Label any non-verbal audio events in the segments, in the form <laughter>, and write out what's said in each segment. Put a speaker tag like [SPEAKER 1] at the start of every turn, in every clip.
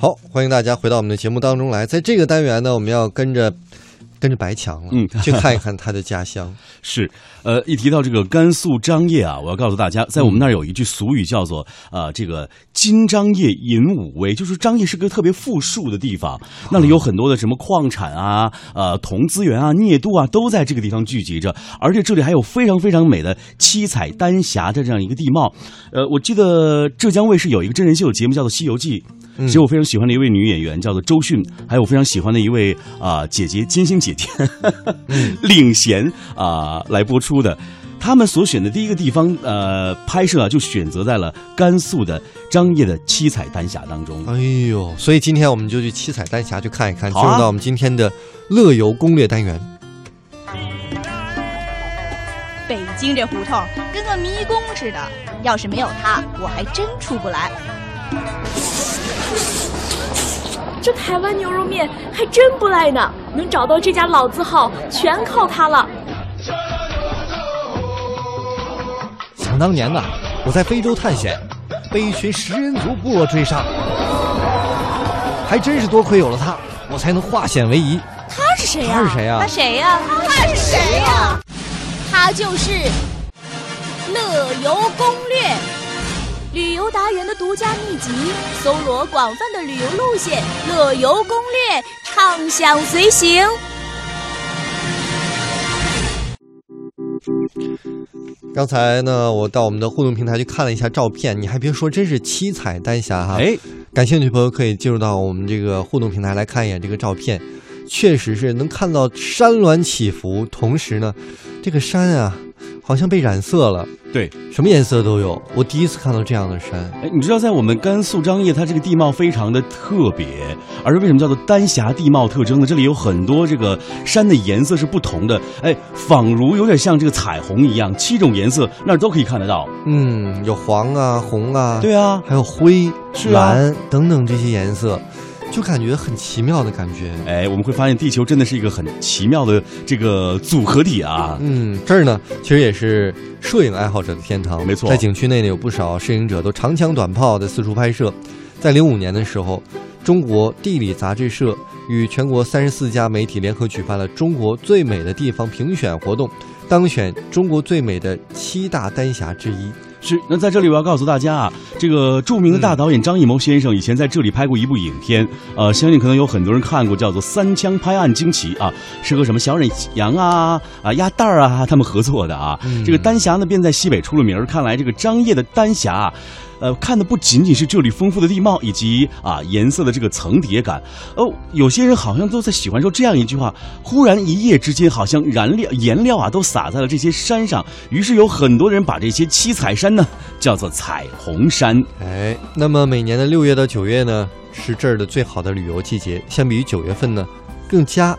[SPEAKER 1] 好，欢迎大家回到我们的节目当中来。在这个单元呢，我们要跟着跟着白强了，
[SPEAKER 2] 嗯
[SPEAKER 1] 去看一看他的
[SPEAKER 3] <laughs>
[SPEAKER 1] 家乡。
[SPEAKER 2] 是，呃，一提到这个甘肃张掖啊，我要告诉大家，在我们那儿有一句俗语叫做啊、呃这个金张掖银武威，就是张掖是个特别富庶的地方，那里有很多的什么矿产啊、呃铜资源啊、镍镀啊，都在这个地方聚集着，而且这里还有非常非常美的七彩丹霞的这样一个地貌。呃，我记得浙江卫视有一个真人秀节目叫做《西游记》。其实我非常喜欢的一位女演员叫做周迅，还有我非常喜欢的一位啊、姐姐金星姐姐 <laughs> 领衔啊、来播出的。他们所选的第一个地方，呃，拍摄啊，就选择在了甘肃的张掖的七彩丹霞当中。
[SPEAKER 1] 哎呦，所以今天我们就去七彩丹霞去看一看，进
[SPEAKER 2] 好啊
[SPEAKER 1] 入到我们今天的乐游攻略单元。
[SPEAKER 4] 北京这胡同跟个迷宫似的，要是没有它，我还真出不来。
[SPEAKER 5] 这台湾牛肉面还真不赖呢，能找到这家老字号全靠它了。
[SPEAKER 3] 想当年呐，我在非洲探险，被一群食人族部落追杀，还真是多亏有了他，我才能化险为夷。
[SPEAKER 4] 他是谁呀、啊
[SPEAKER 3] 他是谁呀啊
[SPEAKER 4] 他谁呀、他是谁呀、他就是乐游攻略，旅游达人的独家秘籍，搜罗广泛的旅游路线，乐游攻略，畅想随行。
[SPEAKER 1] 刚才呢，我到我们的互动平台去看了一下照片，你还别说，真是七彩丹霞哈！
[SPEAKER 2] 哎，
[SPEAKER 1] 感兴趣的朋友可以进入到我们这个互动平台来看一眼这个照片，确实是能看到山峦起伏，同时呢，这个山啊好像被染色了，
[SPEAKER 2] 对，
[SPEAKER 1] 什么颜色都有。我第一次看到这样的山，
[SPEAKER 2] 哎，你知道在我们甘肃张掖，它这个地貌非常的特别，而为什么叫做丹霞地貌特征呢？这里有很多这个山的颜色是不同的，哎，仿如有点像这个彩虹一样，七种颜色那儿都可以看得到。
[SPEAKER 1] 嗯，有黄啊、红啊，
[SPEAKER 2] 对啊，
[SPEAKER 1] 还有灰、
[SPEAKER 2] 是啊
[SPEAKER 1] 蓝等等这些颜色，就感觉很奇妙的感觉。
[SPEAKER 2] 哎，我们会发现地球真的是一个很奇妙的这个组合体啊。
[SPEAKER 1] 嗯，这儿呢，其实也是摄影爱好者的天堂，
[SPEAKER 2] 没错
[SPEAKER 1] 在景区内呢，有不少摄影者都长枪短炮的四处拍摄。在零五年的时候，中国地理杂志社与全国三十四家媒体联合举办了“中国最美的地方”评选活动，当选中国最美的七大丹霞之一。
[SPEAKER 2] 是，那在这里我要告诉大家啊，这个著名的大导演张艺谋先生以前在这里拍过一部影片，呃，相信可能有很多人看过，叫做《三枪拍案惊奇》啊，是和什么小沈阳啊、啊鸭蛋儿啊他们合作的啊。这个丹霞呢，便在西北出了名儿。看来这个张掖的丹霞啊。呃，看的不仅仅是这里丰富的地貌以及啊颜色的这个层叠感，哦，有些人好像都在喜欢说这样一句话：忽然一夜之间，好像燃料颜料啊都洒在了这些山上，于是有很多人把这些七彩山呢叫做彩虹山。
[SPEAKER 1] 哎，那么每年的六月到九月呢，是这儿的最好的旅游季节，相比于九月份呢，更加。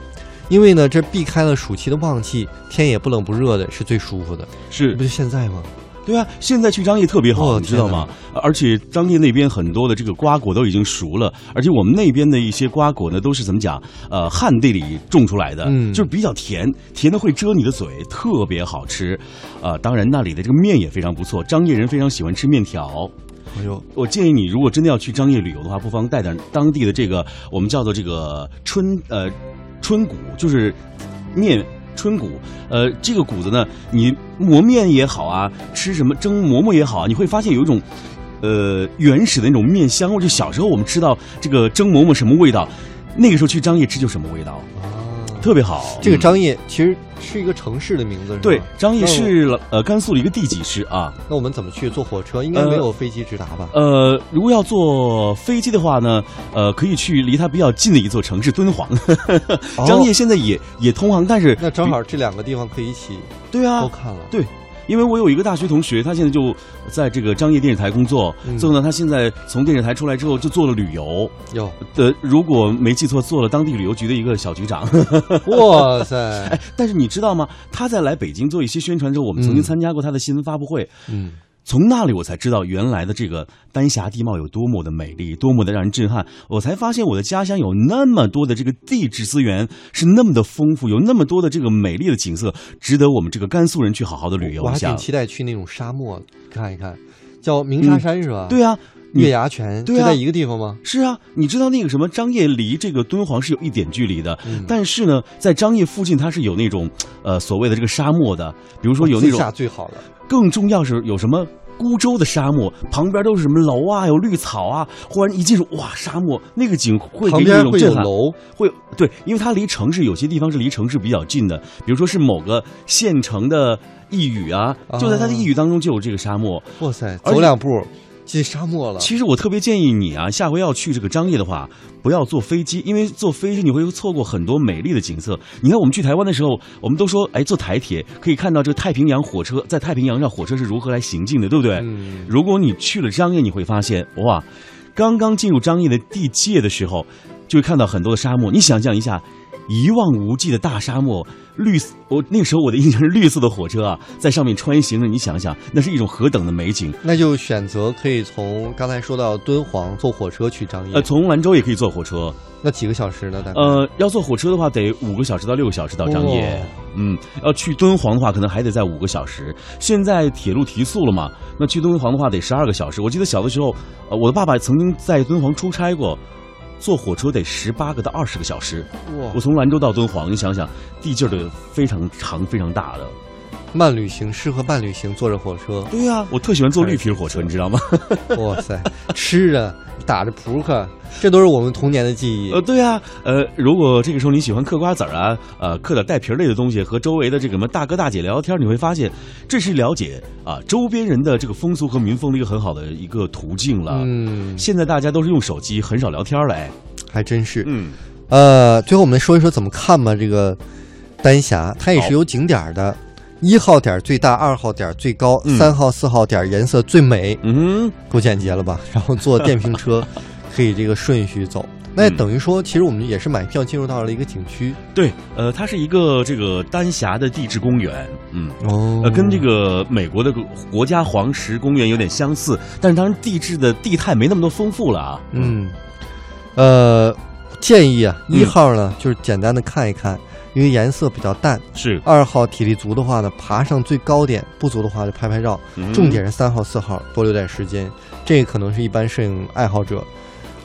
[SPEAKER 1] 因为呢，这避开了暑期的旺季，天也不冷不热的，是最舒服的。这
[SPEAKER 2] 是
[SPEAKER 1] 不就现在吗？
[SPEAKER 2] 对啊，现在去张掖特别好，
[SPEAKER 1] 哦
[SPEAKER 2] 你知道
[SPEAKER 1] 天哪
[SPEAKER 2] 吗？而且张掖那边很多的这个瓜果都已经熟了，而且我们那边的一些瓜果呢，都是怎么讲？呃，旱地里种出来的，
[SPEAKER 1] 嗯
[SPEAKER 2] 就是比较甜，甜的会遮你的嘴，特别好吃。呃，当然那里的这个面也非常不错，张掖人非常喜欢吃面条。
[SPEAKER 1] 哎呦，
[SPEAKER 2] 我建议你，如果真的要去张掖旅游的话，不妨带点当地的这个我们叫做这个春呃春谷，就是面春谷。呃，这个谷子呢，你磨面也好啊，吃什么蒸馍馍也好啊，你会发现有一种。呃，原始的那种面香味，就小时候我们吃到这个蒸馍馍什么味道，那个时候去张掖吃就什么味道，特别好。
[SPEAKER 1] 这个
[SPEAKER 2] 嗯
[SPEAKER 1] 张掖其实是一个城市的名字，是吧
[SPEAKER 2] 对张掖
[SPEAKER 1] 那我
[SPEAKER 2] 是呃甘肃的一个地级市啊。
[SPEAKER 1] 那我们怎么去？坐火车？应该没有飞机直达吧？
[SPEAKER 2] 呃，如果要坐飞机的话呢，呃，可以去离它比较近的一座城市敦煌。 <laughs>
[SPEAKER 1] 哦
[SPEAKER 2] 张掖现在也也通航，但是
[SPEAKER 1] 那正好这两个地方可以一起
[SPEAKER 2] 对啊
[SPEAKER 1] 都，看了。
[SPEAKER 2] 对，因为我有一个大学同学，他现在就在这个张掖电视台工作，
[SPEAKER 1] 嗯
[SPEAKER 2] 最后呢，他现在从电视台出来之后就做了旅游，
[SPEAKER 1] 哟，
[SPEAKER 2] 呃，如果没记错，做了当地旅游局的一个小局长。 <laughs>
[SPEAKER 1] 哇塞，
[SPEAKER 2] 哎，但是你知道吗？他在来北京做一些宣传之后，我们曾经
[SPEAKER 1] 嗯
[SPEAKER 2] 参加过他的新闻发布会，
[SPEAKER 1] 嗯，
[SPEAKER 2] 从那里我才知道原来的这个丹霞地貌有多么的美丽，多么的让人震撼。我才发现我的家乡有那么多的这个地质资源是那么的丰富，有那么多的这个美丽的景色，值得我们这个甘肃人去好好的旅游
[SPEAKER 1] 我
[SPEAKER 2] 一
[SPEAKER 1] 还
[SPEAKER 2] 下
[SPEAKER 1] 挺。期待去那种沙漠看一看，叫鸣沙山是吧？
[SPEAKER 2] 对啊，
[SPEAKER 1] 月牙泉就
[SPEAKER 2] 对啊
[SPEAKER 1] 在一个地方吗？
[SPEAKER 2] 是啊，你知道那个什么张掖离这个敦煌是有一点距离的，但是呢，在张掖附近它是有那种呃所谓的这个沙漠的，比如说有那
[SPEAKER 1] 自哦
[SPEAKER 2] 种
[SPEAKER 1] 驾最好了，
[SPEAKER 2] 更重要是有什么孤舟的沙漠，旁边都是什么楼啊，有绿草啊，忽然一进入哇，沙漠那个景会给
[SPEAKER 1] 旁
[SPEAKER 2] 你一
[SPEAKER 1] 边
[SPEAKER 2] 种
[SPEAKER 1] 会有
[SPEAKER 2] 震撼。
[SPEAKER 1] 楼，
[SPEAKER 2] 会有对，因为它离城市有些地方是离城市比较近的，比如说是某个县城的一语啊，就在它的一语当中就有这个沙漠。
[SPEAKER 1] 哇塞，
[SPEAKER 2] 而且
[SPEAKER 1] 走两步进沙漠了。
[SPEAKER 2] 其实我特别建议你啊，下回要去这个张掖的话，不要坐飞机，因为坐飞机你会错过很多美丽的景色。你看我们去台湾的时候，我们都说，哎，坐台铁可以看到这个太平洋火车在太平洋上火车是如何来行进的，对不对？
[SPEAKER 1] 嗯
[SPEAKER 2] 如果你去了张掖，你会发现，哇，刚刚进入张掖的地界的时候，就会看到很多的沙漠。你想象一下。一望无际的大沙漠，绿色我那个时候我的印象是绿色的火车啊，在上面穿行着。你想想，那是一种何等的美景！
[SPEAKER 1] 那就选择可以从刚才说到敦煌坐火车去张掖，
[SPEAKER 2] 呃，从兰州也可以坐火车，
[SPEAKER 1] 那几个小时呢？大概
[SPEAKER 2] 呃，要坐火车的话，得五个小时到六个小时到张掖。
[SPEAKER 1] 哦
[SPEAKER 2] 嗯，要去敦煌的话，可能还得再五个小时。现在铁路提速了嘛？那去敦煌的话得十二个小时。我记得小的时候，呃，我的爸爸曾经在敦煌出差过，坐火车得十八个到二十个小时。
[SPEAKER 1] 哇
[SPEAKER 2] 我从兰州到敦煌，你想想，地界儿得非常长、非常大的。
[SPEAKER 1] 慢旅行适合慢旅行，坐着火
[SPEAKER 2] <laughs>，
[SPEAKER 1] 车
[SPEAKER 2] 对呀、我特喜欢坐绿皮火车，你知道吗？
[SPEAKER 1] 哇塞，吃着打着扑
[SPEAKER 2] <laughs>
[SPEAKER 1] 克，这都是我们童年的记忆
[SPEAKER 2] 呃，。对啊，呃，如果这个时候你喜欢嗑瓜子儿啊，呃，嗑点带皮儿类的东西，和周围的这个什么大哥大姐聊聊天儿，你会发现，这是了解啊周边人的这个风俗和民风的一个很好的一个途径了。
[SPEAKER 1] 嗯，
[SPEAKER 2] 现在大家都是用手机，很少聊天儿了。哎
[SPEAKER 1] 还真是。
[SPEAKER 2] 嗯，
[SPEAKER 1] 呃，最后我们说一说怎么看吧。这个丹霞，它也是有景点儿的，一号点儿最大，二号点儿最高，
[SPEAKER 2] 嗯
[SPEAKER 1] 三号、四号点儿颜色最美，
[SPEAKER 2] 嗯
[SPEAKER 1] 够简洁了吧？
[SPEAKER 2] <laughs>
[SPEAKER 1] 然后坐电瓶车可以这个顺序走，那也
[SPEAKER 2] 嗯
[SPEAKER 1] 等于说，其实我们也是买票进入到了一个景区
[SPEAKER 2] 哼，对，呃，它是一个这个丹霞的地质公园，嗯。
[SPEAKER 1] 哦
[SPEAKER 2] 呃，跟这个美国的国家黄石公园有点相似，但是当然地质的地态没那么多丰富了啊。
[SPEAKER 1] 嗯，呃，建议啊，
[SPEAKER 2] 嗯
[SPEAKER 1] 一号呢、就是简单的看一看，因为颜色比较淡。
[SPEAKER 2] 是，
[SPEAKER 1] 二号体力足的话呢，爬上最高点；不足的话就拍拍照。
[SPEAKER 2] 嗯
[SPEAKER 1] 重点是三号、四号多留点时间，这可能是一般摄影爱好者，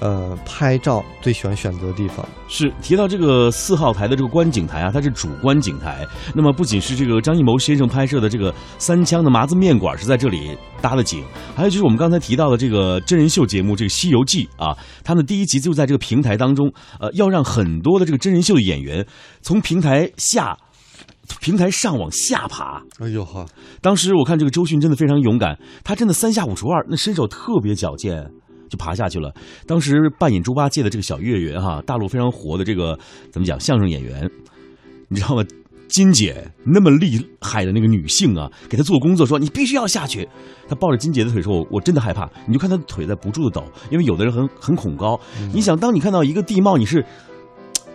[SPEAKER 1] 呃，拍照最喜欢选择的地方。
[SPEAKER 2] 是提到这个四号台的这个观景台啊，它是主观景台。那么不仅是这个张艺谋先生拍摄的这个三枪的麻子面馆是在这里搭的景，还有就是我们刚才提到的这个真人秀节目《这个西游记》啊，他们第一集就在这个平台当中，呃，要让很多的这个真人秀的演员从平台下。平台上往下爬，
[SPEAKER 1] 哎呦呵，
[SPEAKER 2] 当时我看这个周迅真的非常勇敢，她真的三下五除二，那身手特别矫健，就爬下去了。当时扮演猪八戒的这个小岳岳哈、大陆非常火的这个怎么讲相声演员，你知道吗？金姐那么厉害的那个女性啊，给她做工作说你必须要下去。她抱着金姐的腿说：“我我真的害怕。”你就看她的腿在不住的抖，因为有的人很很恐高。
[SPEAKER 1] 嗯
[SPEAKER 2] 你想，当你看到一个地貌，你是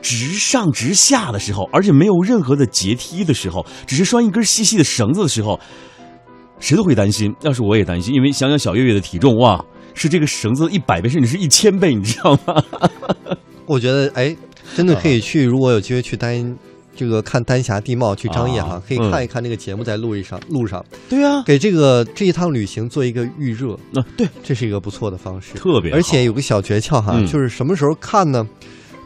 [SPEAKER 2] 直上直下的时候，而且没有任何的阶梯的时候，只是拴一根细细的绳子的时候，谁都会担心。要是我也担心，因为想想小月月的体重，哇，是这个绳子一百倍甚至是一千倍，你知道吗？
[SPEAKER 1] 我觉得哎，真的可以去，如果有机会去丹。这个看丹霞地貌去张掖哈
[SPEAKER 2] 啊，
[SPEAKER 1] 可以
[SPEAKER 2] 嗯
[SPEAKER 1] 看一看这个节目在路上路上，
[SPEAKER 2] 对啊，
[SPEAKER 1] 给这个这一趟旅行做一个预热，
[SPEAKER 2] <laughs> 那、对，
[SPEAKER 1] 这是一个不错的方式。
[SPEAKER 2] 特别好
[SPEAKER 1] 而且有个小诀窍哈，
[SPEAKER 2] 嗯
[SPEAKER 1] 就是什么时候看呢？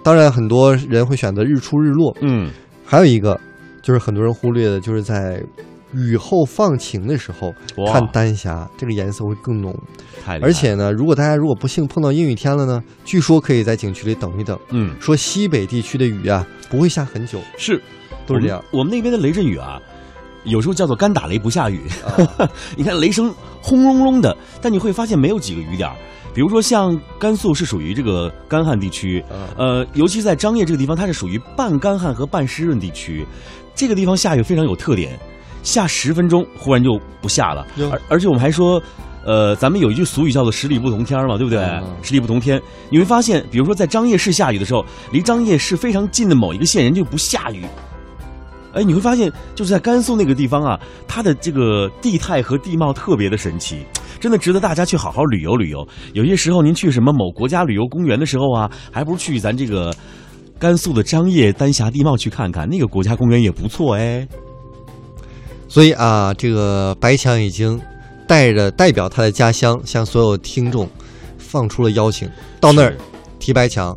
[SPEAKER 1] 当然，很多人会选择日出日落，
[SPEAKER 2] 嗯，
[SPEAKER 1] 还有一个就是很多人忽略的，就是在雨后放晴的时候
[SPEAKER 2] 哇
[SPEAKER 1] 看丹霞，这个颜色会更浓。
[SPEAKER 2] 太厉害了
[SPEAKER 1] 而且呢，如果大家如果不幸碰到阴雨天了呢，据说可以在景区里等一等。
[SPEAKER 2] 嗯
[SPEAKER 1] 说西北地区的雨啊，不会下很久，
[SPEAKER 2] 是
[SPEAKER 1] 都是这样。
[SPEAKER 2] 我们。我们那边的雷阵雨啊，有时候叫做干打雷不下雨。
[SPEAKER 1] 啊
[SPEAKER 2] <laughs> 你看雷声轰隆隆的，但你会发现没有几个雨点儿。比如说像甘肃是属于这个干旱地区，呃，尤其在张掖这个地方，它是属于半干旱和半湿润地区。这个地方下雨非常有特点，下十分钟忽然就不下了
[SPEAKER 1] 哟，
[SPEAKER 2] 而而且我们还说。呃，咱们有一句俗语叫做“十里不同天”儿嘛，对不对
[SPEAKER 1] 嗯？
[SPEAKER 2] 十里不同天，哎你会发现，比如说在张掖市下雨的时候，离张掖市非常近的某一个县，人就不下雨，哎，你会发现，就是在甘肃那个地方啊，它的这个地态和地貌特别的神奇，真的值得大家去好好旅游旅游。有些时候，您去什么某国家旅游公园的时候啊，还不如去咱这个甘肃的张掖丹霞地貌去看看，那个国家公园也不错哎。
[SPEAKER 1] 所以啊，这个白强已经带着代表他的家乡，向所有听众放出了邀请，到那儿
[SPEAKER 2] 是
[SPEAKER 1] 提白墙，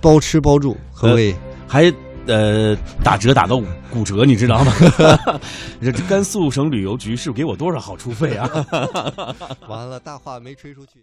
[SPEAKER 1] 包吃包住，何谓？
[SPEAKER 2] 还呃打折打到骨折，你知道吗？ <laughs> 这甘肃省旅游局是给我多少好处费啊？
[SPEAKER 1] 完了，大话没吹出去。